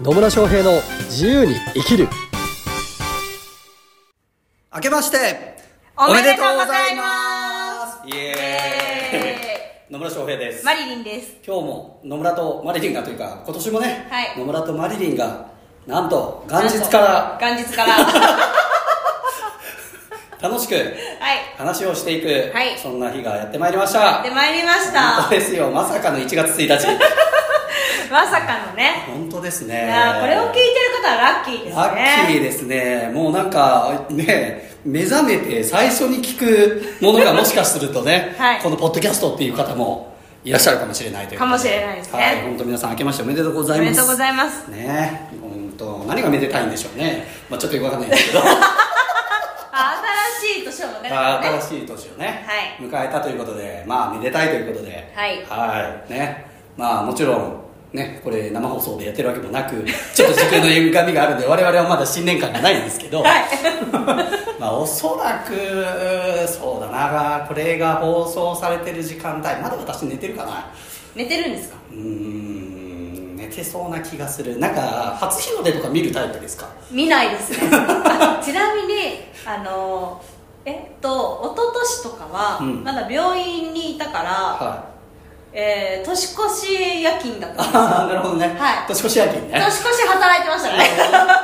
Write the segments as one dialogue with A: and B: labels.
A: 野村翔平の自由に生きる
B: 明けまして
C: おめでとうございます
B: イエ
C: え
B: ーイ野村翔平で
C: ー
B: す
C: マリリンです。
B: 今日も野村とマリリンがというか今年もね、
C: はい
B: 野村とマリリンがなんと元日から
C: 元日から。 は
B: 楽しく
C: い。
B: 話をしていく、
C: はい
B: そんな日がやってまいりまし
C: や
B: た
C: ってまいりまし た
B: 本当。ですよまさかの1月1日
C: まさかのね。
B: 本当です
C: い
B: ね
C: やーこれを聞いてる方はラッキーですね。
B: ラッキーですねもうなんかね目覚めて最初に聞くものがもしかするとね、
C: はい
B: このポッドキャストっていう方もいらっしゃるかもしれないという
C: かもしれないですね
B: はい本当皆さん明けましておめでとうござ
C: お
B: います
C: めでとうございます。
B: ね本当何がめでたいんでしょうね、まあ、ちょっとよくわかんないん ですけど
C: あ新しい年を迎え
B: あ
C: た
B: ー
C: ね。
B: 新しい年をね、
C: はい
B: 迎えたということでまあめでたいということでは
C: はい
B: はいねまあもちろんね、これ生放送でやってるわけもなくちょっと時空の歪みがあるんで我々はまだ新年感がないんですけど、
C: はい。
B: まあ、おそらくそうだなこれが放送されてる時間帯まだ私寝てるかな
C: 寝てるんですか
B: うーん寝てそうな気がするなんか初日の出とか見るタイプですか
C: 見ないです ね。あちなみに、あのー、えっと、一昨年とかは、
B: うん
C: まだ病院にいたから、
B: はい
C: えー年越し夜勤だったんですよ
B: ああなるほどね、
C: はい
B: 年越し夜勤
C: 年
B: ね
C: 越し働いてましたね。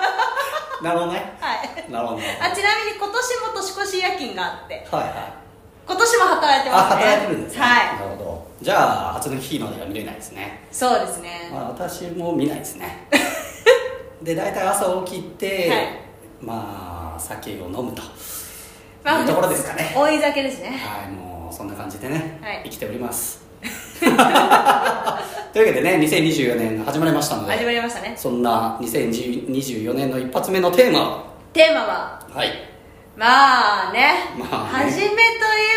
B: なるほどね
C: はい。
B: なるほどね
C: あちなみに今年も年越し夜勤があって
B: はいはい
C: 今年も働いて
B: あ
C: ますね
B: 働いてるんですね、
C: はい
B: なるほどじゃあ初日の出が見れないですね
C: そうですね
B: まあ、私も見ないです ねで大体朝起きて、
C: はい
B: まあ酒を飲むと
C: まあ
B: いいところですか ね
C: 追い酒ですね
B: はい、もうそんな感じでね、
C: はい
B: 生きており ます。というわけでね、2024年が始まりましたの
C: 始ま
B: で、
C: りましたね
B: そんな2024年の一発目のテーマ
C: テーマは
B: は、はい、
C: まあね,、
B: まあね
C: 初めとい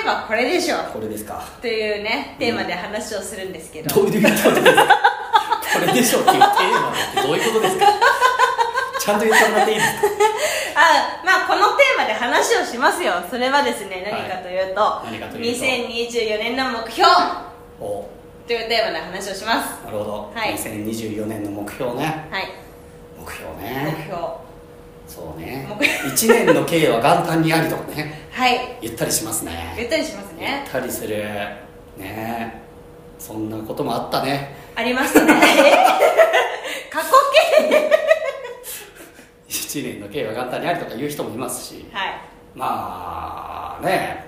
C: えばこれでしょ
B: これですか。
C: というねテーマで話をするんですけど、
B: どういうことですかこれでしょっていうテーマってどういうことですかちゃんと言ってもらっていいです か
C: あまあこのテーマで話をしますよそれはですね何かというと,、
B: はい何かというと
C: 2024年の目標
B: お
C: というテーマで話をします
B: なるほど、
C: はい
B: 2024年の目標ね。
C: はい
B: 目標
C: 目
B: ね。
C: 標は
B: そうね。
C: 目
B: 1年の経営は元旦にありとかね、
C: い
B: 言ったりしますね。
C: ゆったりします
B: や
C: ね
B: ったりするねえそんなこともあったね
C: ありましたね 過去形
B: 1年の計は元旦にありとか言う人もいますし
C: はい
B: まあね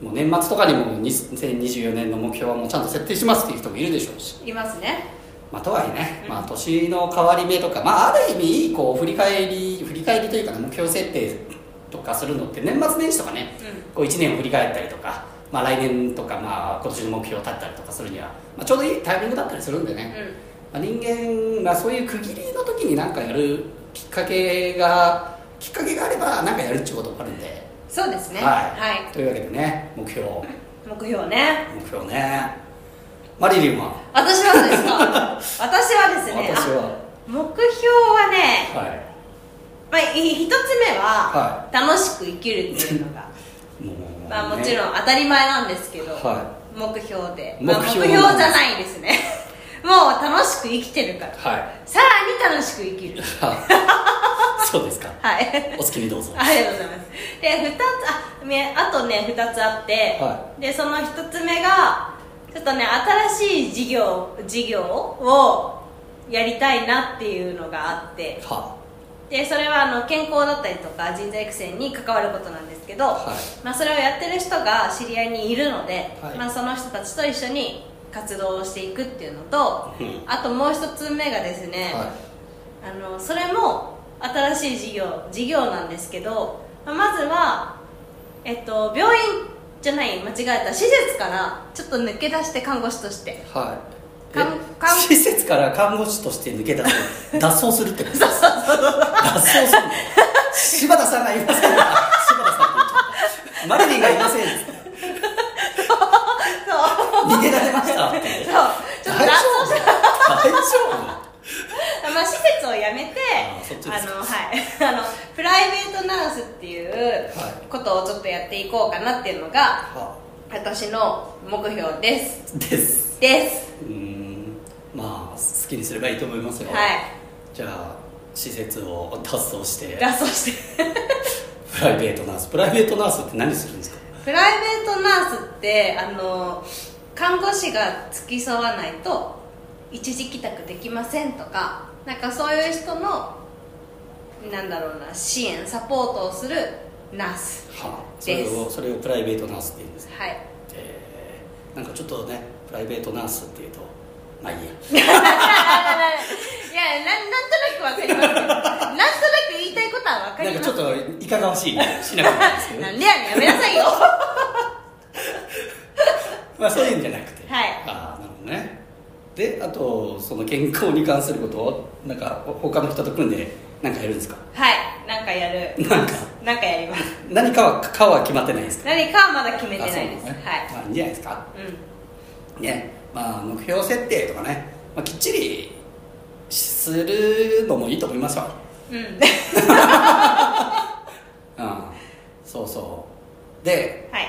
B: もう年末とかにも2024年の目標はもうちゃんと設定しますっていう人もいるでしょうし、
C: いますね
B: まあ、とはいえね、
C: うん
B: まあ、年の変わり目とか、まあ、ある意味いいこう振り返り振り返りというかね目標設定とかするのって年末年始とかね
C: う
B: こう1年を振り返ったりとか、まあ、来年とか、まあ、今年の目標を立ったりとかするには、まあ、ちょうどいいタイミングだったりするんでね、
C: んうん
B: まあ、人間がそういう区切りの時に何かやるきっかけがきっかけがあれば何かやるっていうこともあるんで、
C: そうですね
B: はい、というわけでね目標
C: 目標ね
B: 目標ねマリリンは
C: 私はで すか私はですね
B: 私
C: あ
B: は
C: 目標はね、
B: は
C: まあ、い一つ目は、
B: は
C: 楽しく生きるっていうの が
B: いもう、
C: まあ
B: ね
C: もちろん当たり前なんですけど、
B: は
C: 目標で、
B: 目標
C: まあ、目標じゃないですね もう楽しく生きてるから
B: はい
C: さらに楽しく生きる
B: そうですか
C: はい
B: お好きにどうぞ
C: ありがとうございますで2つあねあとね2つあって、
B: は
C: でその1つ目がちょっとね新しい事業事業をやりたいなっていうのがあって
B: は
C: でそれはあの健康だったりとか人材育成に関わることなんですけど、
B: は
C: まあ、それをやってる人が知り合いにいるので、
B: はい
C: まあ、その人たちと一緒に活動をしていくっていうのと、
B: うん
C: あともう1つ目がですね、
B: は
C: あのそれも新しい事業事業なんですけど、まあまずは、えっと、病院じゃない間違えた施設からちょっと抜け出して看護師とし
B: い
C: て
B: は
C: かんかん
B: いえ施設から看護師として抜け出す脱走するってことですか脱走するの柴田さんがいません柴田さんって言っちゃったマリリンがいません
C: そう
B: 逃げられましたって
C: そうちょっと
B: 大丈
C: 脱
B: 夫
C: 走し
B: 大丈
C: た、まあ、施設を辞めて
B: あーそっちですか
C: の、はい、あのプライベートナースっていうことをちょっとやっていこうかなっていうのが
B: 夫は
C: 私の目標です
B: です
C: です
B: うーんまあ好きにすればいいと思いますよ
C: はい
B: じゃあ施設を脱走して
C: 脱走して
B: プライベートナースプライベートナースって何するんですか
C: プライベートナースってあの看護師が付き添わないと一時帰宅できませんとかなんかそういう人のなんだろうな支援サポートをするナース
B: はあ、それ
C: です
B: をそれをプライベートナースって言うんですね、
C: はい
B: えーなんかちょっとねプライベートナースっていうとまあいいや
C: いやななんとなくわかりますよなんとなく言いたいことはわか
B: なん
C: り
B: か
C: ます
B: ちょっといかがわしいねしなかったんですけど、
C: な
B: ね
C: んでやねんやめなさいよ
B: まあ、そういうんじゃなくて、
C: はい
B: ああなるほどねであとその健康に関することをなんかほ他の人と組んでなんかやるんですか
C: はいなんかやる
B: なんか
C: なんかやります
B: 何かはかは決まってないんですか
C: 何かはまだ決めてない
B: あそう
C: です、
B: のね
C: はい、
B: まあ、いいんじゃないですか
C: うん
B: ねまあ目標設定とかね、まあ、きっちりするのもいいと思いますよ
C: うん、
B: うんそうそうで
C: はい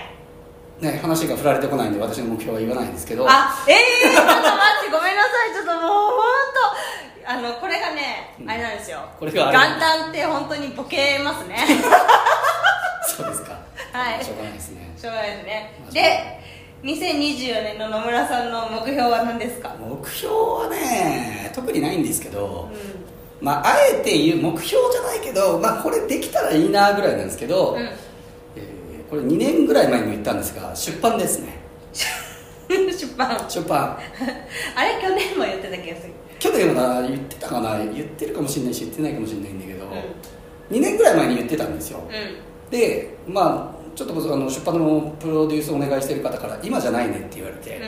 B: ね話が振られてこないんで私の目標は言わないんですけど
C: あええー、ちょっと待ってごめんなさいちょっともう本当あのこれがね
B: うん
C: あれなんですよ
B: これがあれ
C: 元旦って本当にボケます ね
B: そうですか
C: はい
B: しょうがないですね
C: しょうがないですねで2024年の野村さんの目標は何ですか
B: 目標はね特にないんですけ
C: う
B: ど
C: ん、
B: まああえて言う目標じゃないけどまあこれできたらいいなぐらいなんですけど、
C: うん
B: えーこれ2年ぐらい前にも言ったんですが出版ですね
C: 出版
B: 出版
C: あれ去年も言ってた気がする
B: 去年もな言ってたかな言ってるかもしれないし言ってないかもしれないんだけど、
C: うん
B: 2年ぐらい前に言ってたんですよ、
C: う
B: でまあちょっと僕あの出版のプロデュースをお願いしてる方から「今じゃないね」って言われて、
C: んうん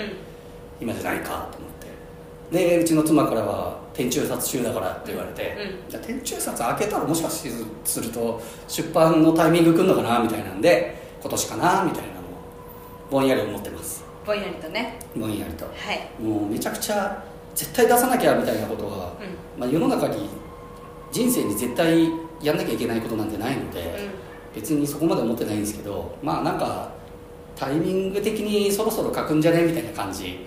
B: 今じゃないかと思ってでうちの妻からは「天中殺中だから」って言われて、
C: う
B: じゃあ天中殺開けたらもしかしすると出版のタイミング来るのかなみたいなんで今年かなみたいなのをぼんやり思ってます
C: ぼんやりとね
B: ぼんやりと
C: はい
B: もうめちゃくちゃ絶対出さなきゃみたいなことが、まあ、世の中に人生に絶対やんなきゃいけないことなんてないので、
C: う
B: 別にそこまで思ってないんですけどまあなんかタイミング的にそろそろ書くんじゃねみたいな感じ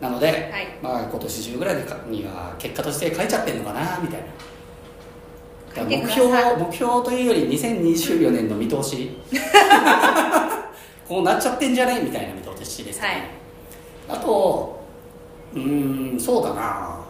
B: なので、
C: い
B: まあ今年中ぐらいにかには結果として書いちゃってるのかなみたいな
C: 書いてく
B: 目
C: だ
B: 標
C: さい
B: 目標というより2024年の見通 しこうなっちゃってんじゃねみたいな見通しですね、あとうーんそうだなは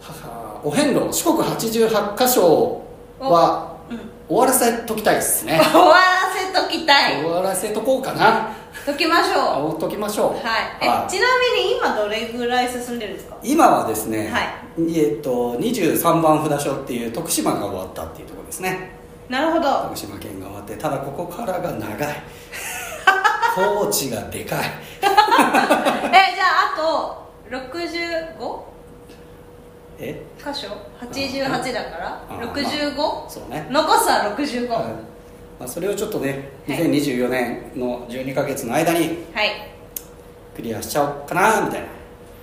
B: はお遍路四国88箇所は
C: んうん
B: 終わらせときたいですね
C: 終わらせときたい
B: 終わらせとこうかな
C: ときましょう
B: 終わっときましょう
C: はい、え
B: は
C: ちなみに今どれぐらい進んでるんですか
B: 今はですね、
C: はい
B: えっと23番札所っていう徳島が終わったっていうところですね
C: なるほど
B: 徳島県が終わってただここからが長 い高知がでかい
C: えじゃああと 65?
B: え
C: 箇所88だから
B: あ
C: 65?
B: まあそうね、
C: 残すは65
B: はい
C: は
B: まあ、それをちょっとね
C: はい
B: 2024年の12ヶ月の間に
C: い、
B: クリアしちゃおうかなみたいな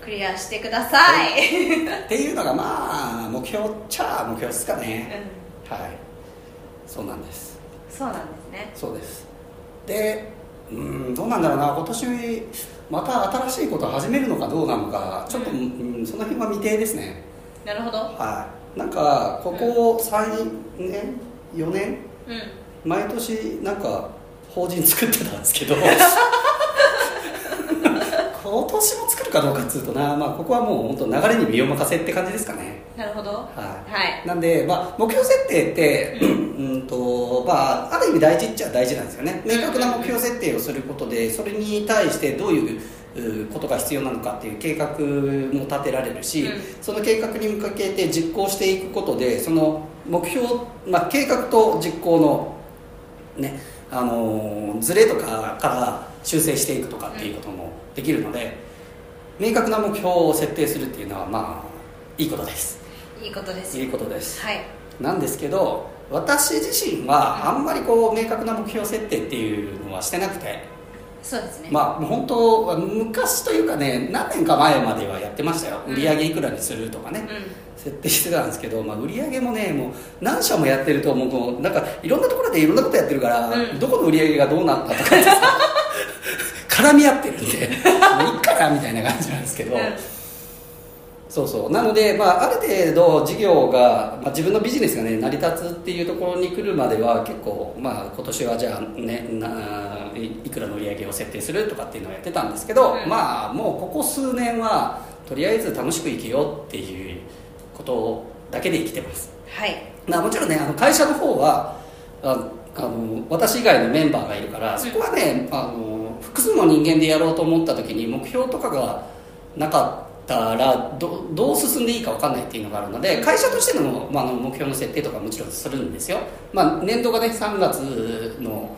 C: クリアしてください、
B: っていうのがまあ目標っちゃ目標っすかね、
C: う
B: はいそうなんです
C: ん、そうなんですね
B: そうですでうんどうなんだろうな今年また新しいことを始めるのかどうなのかちょっと、
C: う
B: うん、その辺は未定ですね
C: なるほど
B: はいなんかここ3年4年
C: うん
B: 毎年なんか法人作ってたんですけど今年も作るかどうかっつうとな、まあ、ここはもう本当流れに身を任せって感じですかね
C: なるほど
B: はい
C: はい
B: なんで、まあ、目標設定って、う、
C: うん
B: とまあ、ある意味大事っちゃ大事なんですよね
C: うん
B: 明確な目標設定をすることでそれに対してどういううことが必要なのかっていう計画も立てられるし、
C: うん
B: その計画に向けて実行していくことでその目標、まあ、計画と実行のねあのーズレとかから修正していくとかっていうこともできるので、明確な目標を設定するっていうのはまあいいことです
C: いいことです
B: いい
C: よ
B: ことです
C: はい
B: なんですけど私自身はあんまりこう明確な目標設定っていうのはしてなくて
C: そうですね、
B: まあもう本当昔というかね何年か前まではやってましたよ
C: うん
B: 売上いくらにするとかね、
C: う
B: 設定してたんですけど、まあ、売上もねもう何社もやってるともうこうなんかいろんなところでいろんなことやってるから、
C: うん
B: どこの売り上げがどうなったとかってさ 絡み合ってるんでもういっかなみたいな感じなんですけど、
C: んうん
B: そうそうなので、まあ、ある程度事業が、まあ、自分のビジネスがね成り立つっていうところに来るまでは結構、まあ、今年はじゃあねないいくらの売り上げを設定するとかっていうのをやってたんですけど、
C: うん
B: まあもうここ数年はとりあえず楽しく生きようっていうことだけで生きてます
C: はい
B: まあ、もちろんねあの会社の方はああの私以外のメンバーがいるからそこはね、あの複数の人間でやろうと思った時に目標とかがなかったらどどう進んでいいか分かんないっていうのがあるので会社としての,、まあ、あの目標の設定とかもちろんするんですよ、まあ、年度がね3月の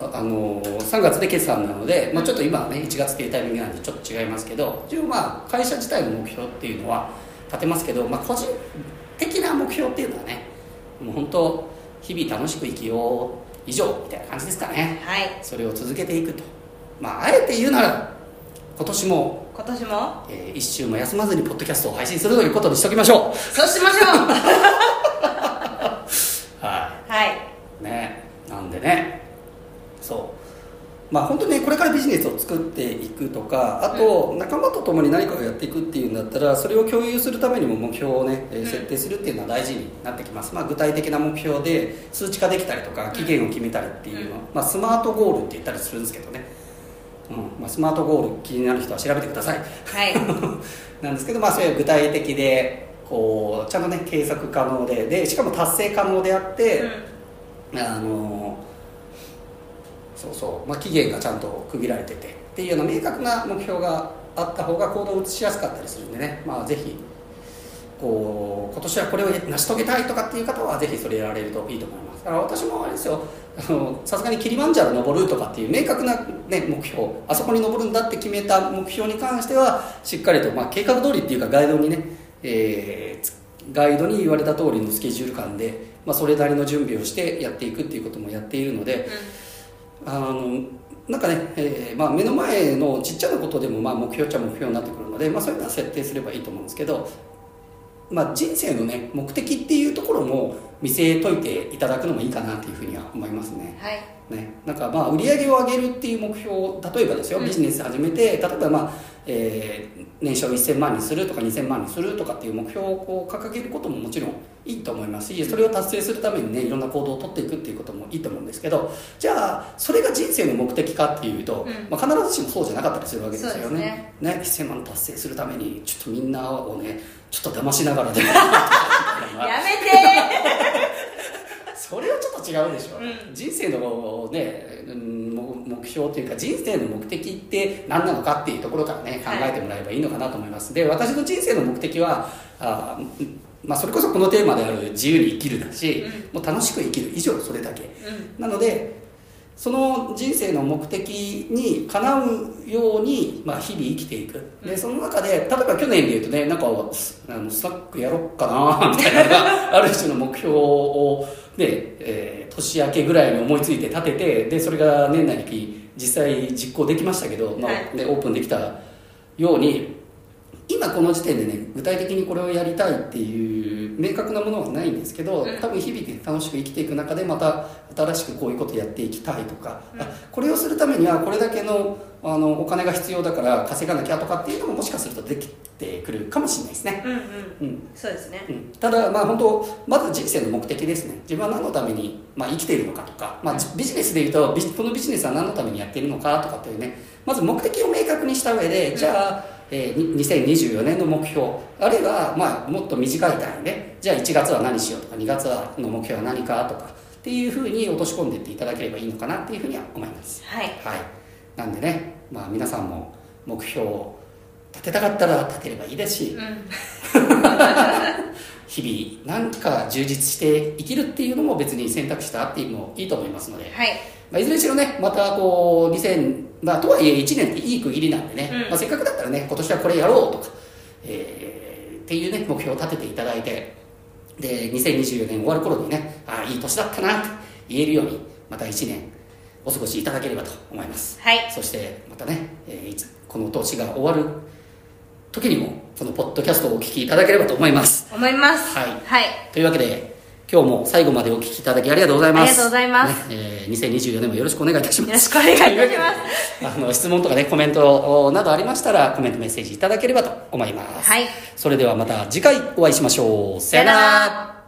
B: ああの3月で決算なので、まあ、ちょっと今はね1月っていうタイミングなんでちょっと違いますけど一応まあ会社自体の目標っていうのは立てますけど、まあ、個人的な目標っていうのはねもう本当日々楽しく生きよう以上みたいな感じですかね
C: はい
B: それを続けていくとまああえて言うなら今年も、
C: 今年も
B: えー一週も休まずにポッドキャストを配信するということにしておきましょ
C: そうしましょう
B: う は
C: はい
B: いねなんでねそうまあ本当にねこれからビジネスを作っていくとかあと仲間と共に何かをやっていくっていうんだったらそれを共有するためにも目標をねえー
C: うん
B: 設定するっていうのは大事になってきます、まあ、具体的な目標で数値化できたりとか期限を決めたりっていうのは、まあ、スマートゴールって言ったりするんですけどね、うんまあ、スマートゴール気になる人は調べてください
C: はい
B: なんですけど、まあ、そういう具体的でこうちゃんとね計測可能ででしかも達成可能であって、あのそうそう、まあ、期限がちゃんと区切られててっていうような明確な目標があった方が行動を移しやすかったりするんでね、まあ、ぜひこう今年はこれを成し遂げたいとかっていう方はぜひそれやられるといいと思いますだから私もあれですよあのさすがにキリマンジャロ登るとかっていう明確な、ね、目標あそこに登るんだって決めた目標に関してはしっかりと、まあ、計画通りっていうかガイドにね、えーつガイドに言われた通りのスケジュール感で、まあ、それなりの準備をしてやっていくっていうこともやっているので、あのなんかね、えーまあ、目の前のちっちゃなことでもまあ目標っちゃ目標になってくるので、まあ、そういうのは設定すればいいと思うんですけど、まあ、人生のね目的っていうところも見せといていただくのもいいかなというふうには思いますね。
C: はい
B: ね、なんかまあ売り上げを上げるっていう目標を例えばですよ
C: うん
B: ビジネス始めて例えばまあ、えー年商1000万にするとか2000万にするとかっていう目標をこう掲げることももちろんいいと思いますしそれを達成するためにねいろんな行動をとっていくっていうこともいいと思うんですけどじゃあそれが人生の目的かっていうと、
C: うん
B: まあ、必ずしもそうじゃなかったりするわけです
C: そ
B: よ
C: うです
B: ね
C: ね
B: ね1000万達成するためにちょっとみんなをねちょっと騙しなが らでも
C: やめて
B: それはちょっと違うでしょ、
C: う
B: 人生のねうんも目標というか人生の目的って何なのかっていうところからね考
C: はい
B: えてもらえばいいのかなと思います、で私の人生の目的はあー、うんまあ、それこそこのテーマである自由に生きるだし、もう楽しく生きる以上それだけ
C: うん
B: なのでその人生の目的にかなうように、まあ、日々生きていくでその中で例えば去年で言うとねなんかスあのスナックやろっかな みたいなのがある種の目標を、ねえー年明けぐらいに思いついて立ててでそれが年内に実際実行できましたけど、まあ
C: はい
B: ねオープンできたように今この時点でね具体的にこれをやりたいっていう明確なものはないんですけど、
C: うん
B: 多分日々で楽しく生きていく中でまた新しくこういうことやっていきたいとか、
C: うん
B: あこれをするためにはこれだけのあのお金が必要だから稼がなきゃとかっていうのももしかするとできてくるかもしれないですね。
C: うんうん
B: うん
C: そうですね
B: うんただまあ本当まず人生の目的ですね自分は何のために、まあ、生きているのかとか、まあ、ビジネスでいうとビジこのビジネスは何のためにやっているのかとかっていうねまず目的を明確にした上でじゃあ、えーに2024年の目標あるいは、まあ、もっと短い単位でじゃあ1月は何しようとか2月はの目標は何かとかっていうふうに落とし込んでいっていただければいいのかなっていうふうには思います。
C: はい
B: はい、なんでね、まあ、皆さんも目標を立てたかったら立てればいいですし、
C: うん
B: 日々なんか充実して生きるっていうのも別に選択肢とあってもいいと思いますので、
C: はい
B: まあ、いずれにしろねまたこう2000、まあ、とはいえ1年っていい区切りなんでね、
C: うん
B: まあ、せっかくだったらね今年はこれやろうとか、えーっていうね目標を立てていただいてで2024年終わる頃にねああいい年だったなって言えるようにまた1年お過ごしいただければと思います。
C: はい
B: そしてまたね、えーいつこの年が終わる時にもこのポッドキャストをお聞きいただければと思います
C: 思います
B: はい
C: はい
B: というわけで今日も最後までお聞きいただきありがとうございます。
C: ありがとうございます
B: ねえー2024年もよろしくお願いいたします。
C: よろしくお願いいた
B: とい
C: します
B: う わけで。あの質問とかねコメントなどありましたらコメントメッセージいただければと思います。
C: はい
B: それではまた次回お会いしましょう。さよな
C: さよな
B: ら
C: ら。